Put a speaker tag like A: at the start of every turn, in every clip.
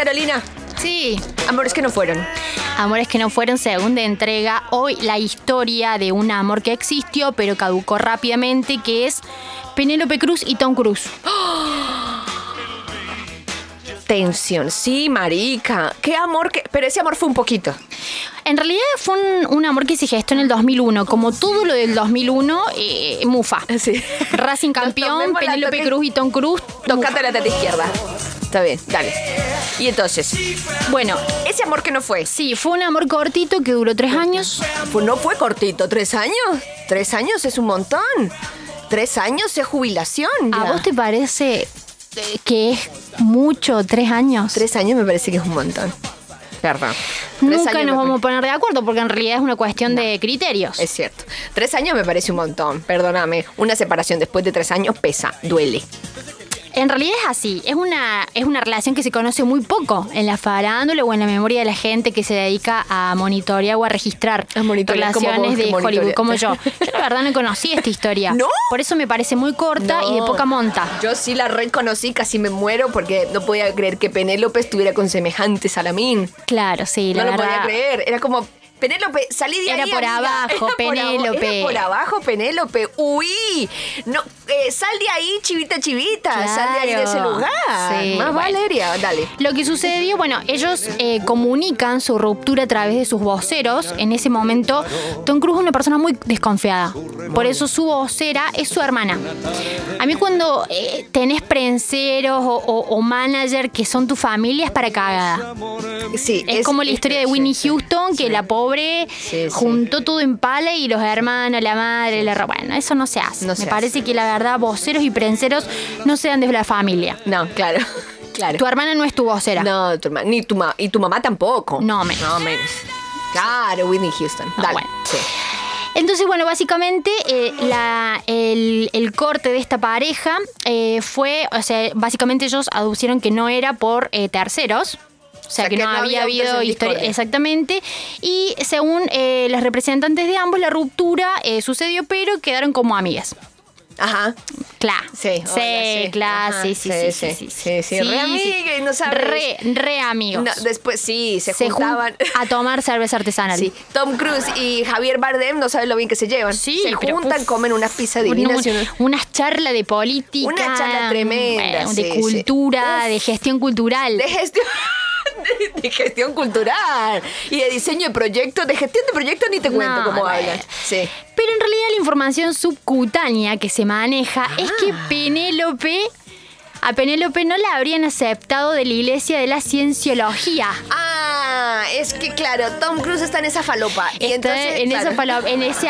A: Carolina,
B: Sí.
A: amores que no fueron.
B: Amores que no fueron segunda entrega. Hoy la historia de un amor que existió pero caducó rápidamente, que es Penélope Cruz y Tom Cruise.
A: Tensión, sí, marica. Qué amor que. Pero ese amor fue un poquito.
B: En realidad fue un, un amor que se gestó en el 2001, como todo lo del 2001, eh, Mufa.
A: Sí.
B: Racing campeón,
A: tomemos la
B: Penélope
A: toque-
B: Cruz y Tom Cruise. Mufa.
A: Tocate la teta izquierda. Está bien, dale. Y entonces,
B: Bueno,
A: ese amor que no fue.
B: sí, fue un amor cortito que duró tres años.
A: Pues no fue cortito, tres años. Tres años es un montón. Tres años es jubilación. ya.
B: ¿A vos te parece eh, que es mucho tres años?
A: Tres años me parece que es un montón. Perdón. Tres
B: Nunca
A: años
B: nos
A: me
B: vamos a poner de acuerdo porque en realidad es una cuestión de criterios.
A: Es cierto. Tres años me parece un montón, perdóname. Una separación después de tres años pesa, duele.
B: En realidad es así, es una, es una relación que se conoce muy poco en la farándula o en la memoria de la gente que se dedica a monitorear o a registrar
A: A monitorear, como vos
B: relaciones
A: que
B: de
A: monitoreas.
B: Hollywood, como yo. Yo la verdad no conocí esta historia.
A: ¿No?
B: Por eso me parece muy corta y de
A: No.
B: poca monta.
A: Yo sí la reconocí, casi me muero porque no podía creer que Penélope estuviera con semejante Salamín.
B: Claro, sí, la
A: no lo podía
B: verdad.
A: creer. Era como, Penélope, salí de
B: Era
A: ahí.
B: por
A: amiga.
B: abajo,
A: Era por abo-
B: Penélope.
A: Era por abajo, Penélope. Uy, no, eh, sal de ahí, chivita, chivita. Sal de ahí de ese
B: Claro.
A: lugar.
B: Sí,
A: Más
B: bueno.
A: Valeria, dale.
B: Lo que sucedió, bueno, ellos eh, comunican su ruptura a través de sus voceros. En ese momento, Tom Cruise es una persona muy desconfiada. Por eso su vocera es su hermana. A mí cuando eh, tenés prenseros o, o- o manager que son tu familia es para cagada.
A: Sí,
B: Es, como la historia de Winnie Houston, que la pobre
A: este, Sí, sí.
B: juntó todo en pala y los hermanos, la madre, la... ro- Bueno, eso no se hace.
A: No
B: Me
A: se
B: parece que la verdad voceros y prenseros no se dan desde la familia.
A: No, claro, claro.
B: Tu hermana no es tu vocera.
A: No, tu herma- ni tu ma- y tu mamá tampoco.
B: No, menos.
A: Claro, Whitney Houston.
B: Ah,
A: Dale.
B: bueno.
A: Sí.
B: Entonces, bueno, básicamente eh, la- el, el corte de esta pareja eh, fue, o sea, básicamente ellos aducieron que no era por eh, terceros. O sea, que, no, había habido
A: presente
B: historia.
A: discordia.
B: Exactamente. Y según eh, los representantes de ambos, la ruptura eh, sucedió, pero quedaron como amigas.
A: Ajá.
B: Claro.
A: Sí, hola,
B: sí,
A: sí,
B: claro,
A: ajá,
B: sí, sí, sí,
A: sí,
B: sí,
A: sí, sí, sí, re amiga y no sabes.
B: Re, re amigos.
A: No, después sí, se,
B: Se jun- Ah,
A: juntaban.
B: a tomar cerveza artesanal.
A: Sí. Tom Cruise y Javier Bardem no saben lo bien que se llevan.
B: Sí,
A: se
B: pero,
A: juntan,
B: uf,
A: comen unas pizzas
B: Un-
A: divinas.
B: un-
A: y unos-
B: unas charlas de política. mm,
A: Una charla tremenda,
B: bueno, de
A: sí, sí.
B: cultura,
A: Uf.
B: de gestión cultural.
A: de gestión. De, de gestión cultural y de diseño de proyectos. De gestión de proyectos ni te cuento
B: No,
A: cómo
B: no.
A: hablan. Sí.
B: Pero en realidad la información subcutánea que se maneja es que
A: Ah.
B: Penélope, a Penélope no la habrían aceptado de la iglesia de la cienciología.
A: Ah, es que claro, Tom Cruise está en esa falopa. y
B: Está
A: entonces,
B: en,
A: claro.
B: esa falo- en ese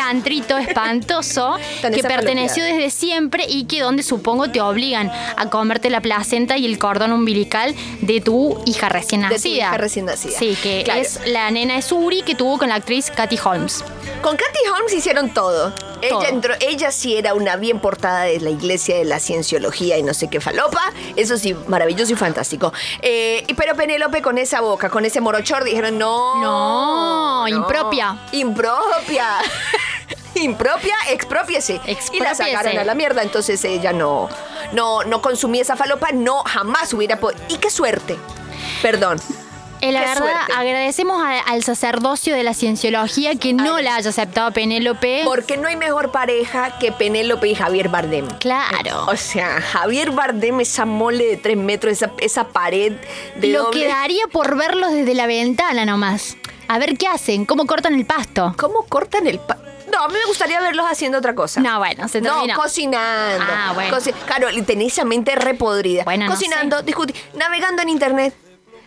B: antrito espantoso
A: Está en
B: que
A: esa
B: perteneció desde siempre y que donde supongo te obligan a comerte la placenta y el cordón umbilical de tu hija recién
A: tu
B: nacida.
A: hija recién nacida.
B: Sí, que
A: Claro.
B: es la nena de Suri que tuvo con la actriz Katy Holmes.
A: Con Katy Holmes hicieron todo.
B: Todo.
A: Ella entró, ella sí era una bien portada de la iglesia de la cienciología y no sé qué falopa. Eso sí, maravilloso y fantástico. Eh, y- pero Penélope con esa boca, con ese morochor, dijeron no.
B: No, impropia.
A: Impropia. impropia, expropiese. Y la
B: Expropiese.
A: sacaron a la mierda. Entonces ella no, no, no consumía esa falopa, no jamás hubiera podido. Y qué suerte. Perdón.
B: Eh, la
A: Qué
B: verdad,
A: suerte.
B: agradecemos a- al sacerdocio de la cienciología que no la haya aceptado Penélope.
A: Porque no hay mejor pareja que Penélope y Javier Bardem.
B: Claro.
A: O sea, Javier Bardem, esa mole de tres metros, esa, esa pared de
B: Lo
A: doble-
B: que daría por verlos desde la ventana nomás. A ver qué hacen, cómo cortan el pasto.
A: ¿Cómo cortan el pa- No, a mí me gustaría verlos haciendo otra cosa.
B: No, bueno, se
A: No,
B: terminó.
A: cocinando.
B: Ah, bueno.
A: Coci- claro, y tenés esa mente repodrida.
B: Bueno, no
A: cocinando, discuti- navegando en internet,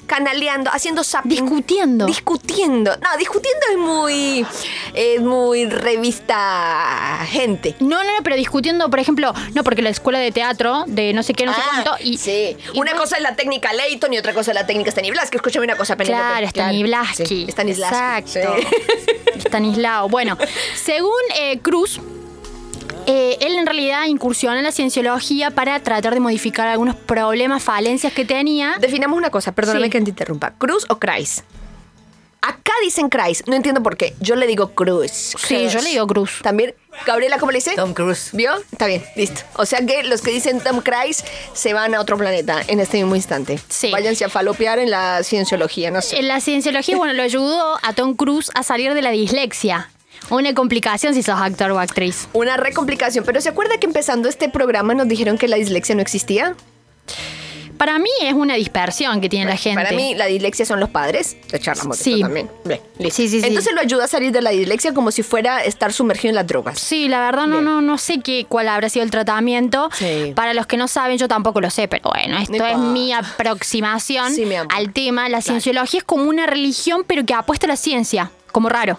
A: canaleando, haciendo zapping.
B: Discutiendo.
A: Discutiendo. No, discutiendo es muy. Es muy revista gente.
B: No, no, no, pero discutiendo, por ejemplo, no, porque la escuela de teatro de no sé qué, no sé
A: Ah,
B: cuánto. Y,
A: sí.
B: y
A: una
B: vos-
A: cosa es la técnica Leighton y otra cosa es la técnica Stanislavski. Escúchame una cosa, Penélope.
B: Claro, Stanislavski.
A: Sí, Stanislavski.
B: Exacto.
A: sí.
B: Stanislao. Bueno, según eh, Cruz, eh, él en realidad incursionó en la cienciología para tratar de modificar algunos problemas, falencias que tenía.
A: Definamos una cosa, perdóname
B: Sí.
A: que te interrumpa. ¿Cruz o Kreis? Acá dicen Christ. No entiendo por qué. Yo le digo Cruz.
B: Sí, yo le digo Cruz.
A: También, Gabriela, ¿cómo le dice?
C: Tom Cruise.
A: ¿Vio? Está bien, listo. O sea que los que dicen Tom Cruise se van a otro planeta en este mismo instante.
B: Sí.
A: Váyanse a falopear en la cienciología, no sé.
B: En la cienciología, bueno, lo ayudó a Tom Cruise a salir de la dislexia. Una complicación si sos actor o actriz.
A: Una recomplicación. Pero ¿se acuerda que empezando este programa nos dijeron que la dislexia no existía?
B: Para mí es una dispersión que tiene la gente.
A: Pues, Para mí, la dislexia son los padres. Lo charlamos de
B: Sí.
A: esto también. Bien, listo.
B: Sí, sí, sí.
A: Entonces lo ayuda a salir de la dislexia como si fuera a estar sumergido en las drogas.
B: Sí, la verdad no, no, no sé qué, cuál habrá sido el tratamiento.
A: Sí.
B: Para los que no saben, yo tampoco lo sé, pero bueno, esto
A: No
B: es
A: importa.
B: mi aproximación
A: Sí, mi amor.
B: al tema. La cienciología es como una religión, pero que apuesta a la ciencia, como raro.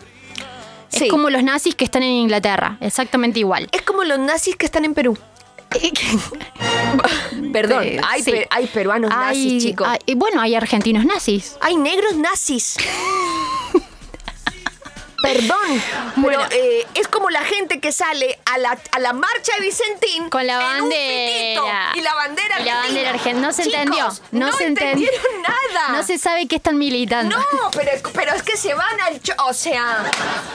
A: Sí.
B: Es como los nazis que están en Inglaterra, exactamente igual.
A: Es como los nazis que están en Perú. Perdón,
B: Eh,
A: hay,
B: sí.
A: per- hay peruanos
B: Hay-
A: nazis, chicos.
B: hay- bueno, hay argentinos nazis.
A: Hay negros nazis. Perdón, pero eh, es como la gente que sale a la, a la marcha de Vicentín
B: Con la
A: en un
B: bandera.
A: pitito y la bandera
B: Y la
A: argentina.
B: bandera argentina. No se
A: Chicos,
B: entendió. No, se entendió.
A: entendieron nada.
B: No se sabe qué están militando.
A: No, pero, pero es que se van al... cho- o sea...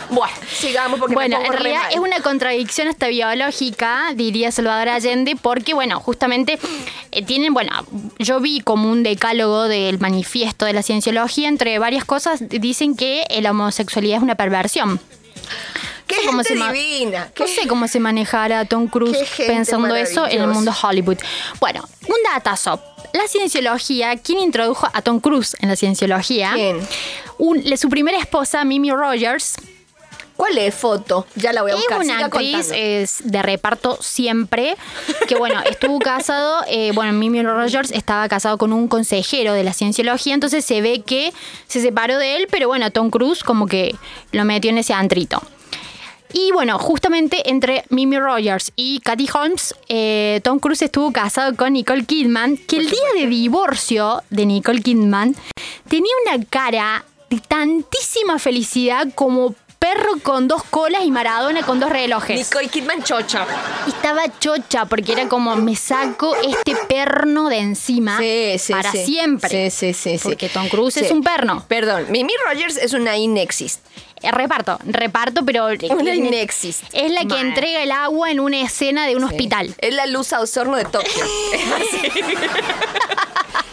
A: Bueno, sigamos porque me
B: Bueno, en
A: pongo re
B: realidad
A: mal.
B: es una contradicción hasta biológica, diría Salvador Allende, porque, bueno, justamente eh, tienen, bueno, yo vi como un decálogo del manifiesto de la cienciología, entre varias cosas, dicen que eh, la homosexualidad es una perversión.
A: ¡Qué
B: sé cómo
A: gente
B: se ma-
A: divina!
B: No
A: qué-
B: sé cómo se manejara Tom Cruise
A: Qué gente
B: pensando eso en el mundo
A: maravillosa.
B: Hollywood. Bueno, un datazo. La cienciología, ¿quién introdujo a Tom Cruise en la cienciología?
A: ¿Quién?
B: Un- le- su primera esposa, Mimi Rogers,
A: ¿Cuál es foto? Ya la voy a
B: es
A: buscar.
B: una
A: siga
B: actriz eh,
A: contando.
B: es de reparto siempre, que bueno, estuvo casado, eh, bueno, Mimi Rogers estaba casado con un consejero de la cienciología, entonces se ve que se separó de él, pero bueno, Tom Cruise como que lo metió en ese antrito. Y bueno, justamente entre Mimi Rogers y Kathy Holmes, eh, Tom Cruise estuvo casado con Nicole Kidman, que el día de divorcio de Nicole Kidman tenía una cara de tantísima felicidad como perro con dos colas y Maradona con dos relojes.
A: Nicole Kidman Chocha.
B: Y estaba chocha porque era como, me saco este perno de encima
A: Sí, sí,
B: ¿Ah? para
A: sí.
B: siempre.
A: Sí, sí, sí, sí.
B: Porque Tom Cruise es
A: Sí.
B: un perno.
A: Perdón, Mimi Rogers es una inexist.
B: Eh, Reparto, reparto, pero...
A: Una inexist.
B: Es la que
A: Mal.
B: entrega el agua en una escena de un hospital.
A: Es la luz a Osorno de Tokio. Es así.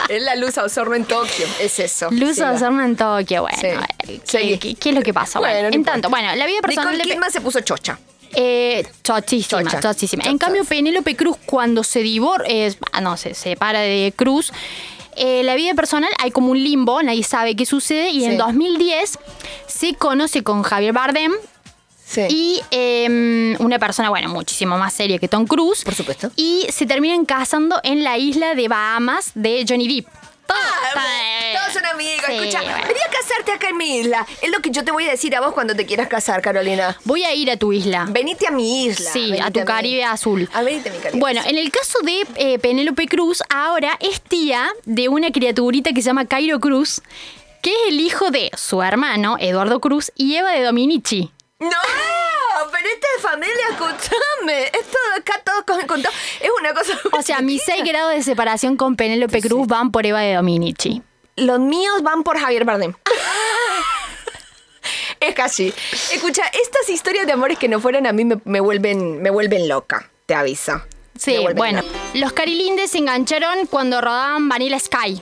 A: es la luz a Osorno en Tokio. Es eso.
B: Luz
A: Siga.
B: Osorno en Tokio, bueno.
A: Sí.
B: eh, ¿Qué,
A: Sí.
B: qué- qué es lo que pasa? Bueno,
A: no
B: en
A: importa.
B: tanto, bueno, la vida personal
A: Nicole
B: de Pe-
A: Kidman se puso chocha.
B: eh, chochísima,
A: Chocha.
B: chochísima. En
A: Chocha.
B: cambio, Penélope Cruz, cuando se divor eh, ah, no, se separa de Cruz, eh, la vida personal hay como un limbo, nadie sabe qué sucede, y en
A: Sí.
B: 2010 se conoce con Javier Bardem
A: Sí.
B: y eh, una persona, bueno, muchísimo más seria que Tom Cruise.
A: Por supuesto.
B: Y se terminan casando en la isla de Bahamas de Johnny Depp. Todo está-
A: Ah, Todos son amigos,
B: Sí,
A: escucha.
B: bueno.
A: Vení a casarte acá en mi isla. Es lo que yo te voy a decir a vos cuando te quieras casar, Carolina.
B: Voy a ir a tu isla.
A: Venite a mi isla.
B: Sí,
A: venite
B: a tu
A: mi-
B: Caribe azul.
A: Ah, venite a mi Caribe
B: Bueno, en el caso de eh, Penélope Cruz, ahora es tía de una criaturita que se llama Cairo Cruz, que es el hijo de su hermano, Eduardo Cruz, y Eva de Dominici.
A: No, pero esta familia, escúchame. Es todo acá, todos con, con todo. Es una cosa.
B: O sea, mis seis grados de separación con Penélope Cruz van por Eva de Dominici.
A: Los míos van por Javier Bardem. es casi. Escucha, estas historias de amores que no fueron a mí me, me vuelven, me vuelven loca. Te avisa.
B: Sí,
A: Me vuelven
B: bueno.
A: loca.
B: Los carilindes se engancharon cuando rodaban Vanilla Sky.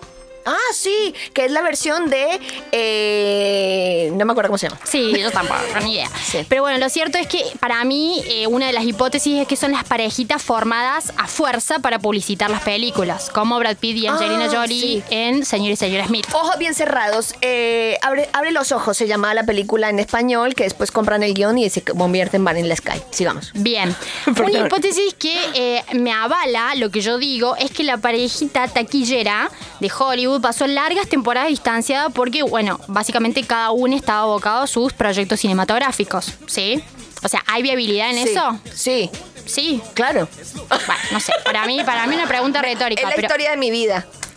A: Ah, sí, que es la versión de. eh, no me acuerdo cómo se llama.
B: Sí, yo tampoco, ni idea.
A: Sí.
B: Pero bueno, lo cierto es que para mí eh, una de las hipótesis es que son las parejitas formadas a fuerza para publicitar las películas, como Brad Pitt y Angelina
A: Ah,
B: Jolie
A: sí.
B: en Señor y Señora Smith.
A: Ojos bien cerrados. eh, abre, abre los ojos, se llamaba la película en español, que después compran el guión y se convierten van en la Sky. Sigamos.
B: Bien, una
A: Perdón.
B: hipótesis que eh, me avala lo que yo digo es que la parejita taquillera de Hollywood pasó largas temporadas distanciada porque, bueno, básicamente cada uno estaba abocado a sus proyectos cinematográficos, ¿sí? O sea, ¿hay viabilidad en
A: Sí,
B: eso?
A: Sí,
B: Sí.
A: claro.
B: Bueno, no sé, para mí, para mí una pregunta retórica.
A: Es la
B: pero
A: historia de este, mi vida. esterita.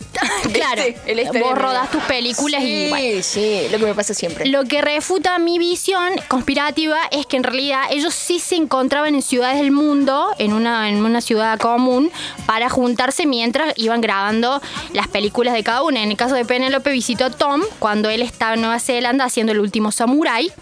B: Claro,
A: El estereo.
B: vos rodás tus películas
A: Sí,
B: y bueno.
A: sí, lo que me pasa siempre.
B: Lo que refuta mi visión conspirativa es que en realidad ellos sí se encontraban en ciudades del mundo, en una, en una ciudad común, para juntarse mientras iban grabando las películas de cada una. En el caso de Penélope visitó a Tom cuando él estaba en Nueva Zelanda haciendo el último samurái.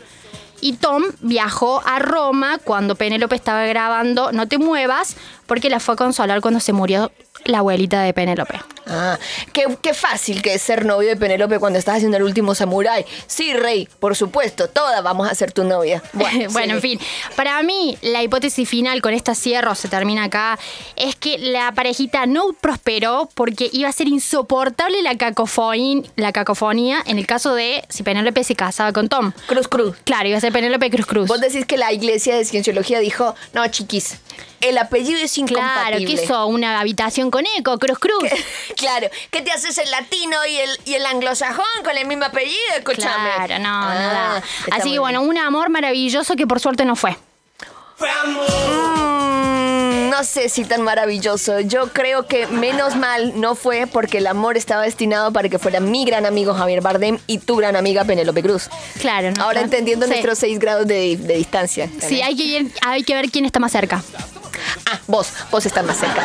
B: Y Tom viajó a Roma cuando Penélope estaba grabando No te muevas, porque la fue a consolar cuando se murió la abuelita de Penélope.
A: Ah, qué, qué fácil que es ser novio de Penélope cuando estás haciendo el último samurái. Sí, rey, por supuesto, todas vamos a ser tu novia.
B: Bueno,
A: sí.
B: en fin. Para mí, la hipótesis final con esta cierro, se termina acá, es que la parejita no prosperó porque iba a ser insoportable la, cacofoín- la cacofonía en el caso de si Penélope se casaba con Tom.
A: Cruz, cruz.
B: Claro, iba a ser Penélope Cruz Cruz.
A: Vos decís que la iglesia de cienciología dijo, no, chiquis, el apellido es
B: Claro,
A: incompatible.
B: que hizo una habitación con eco, Cruz Cruz.
A: Claro, ¿qué te haces el latino y el, y el anglosajón con el mismo apellido? Escúchame.
B: Claro, no,
A: Ah,
B: nada.
A: está
B: Así que
A: muy
B: bueno, un amor maravilloso que por suerte no fue.
A: Mm, No sé si tan maravilloso. Yo creo que menos mal no fue porque el amor estaba destinado para que fuera mi gran amigo Javier Bardem y tu gran amiga Penélope Cruz.
B: Claro, no.
A: Ahora
B: no-
A: entendiendo
B: sí.
A: nuestros seis grados de, de distancia.
B: Sí, hay que, ir- hay que ver quién está más cerca.
A: Ah, vos, vos estás más cerca.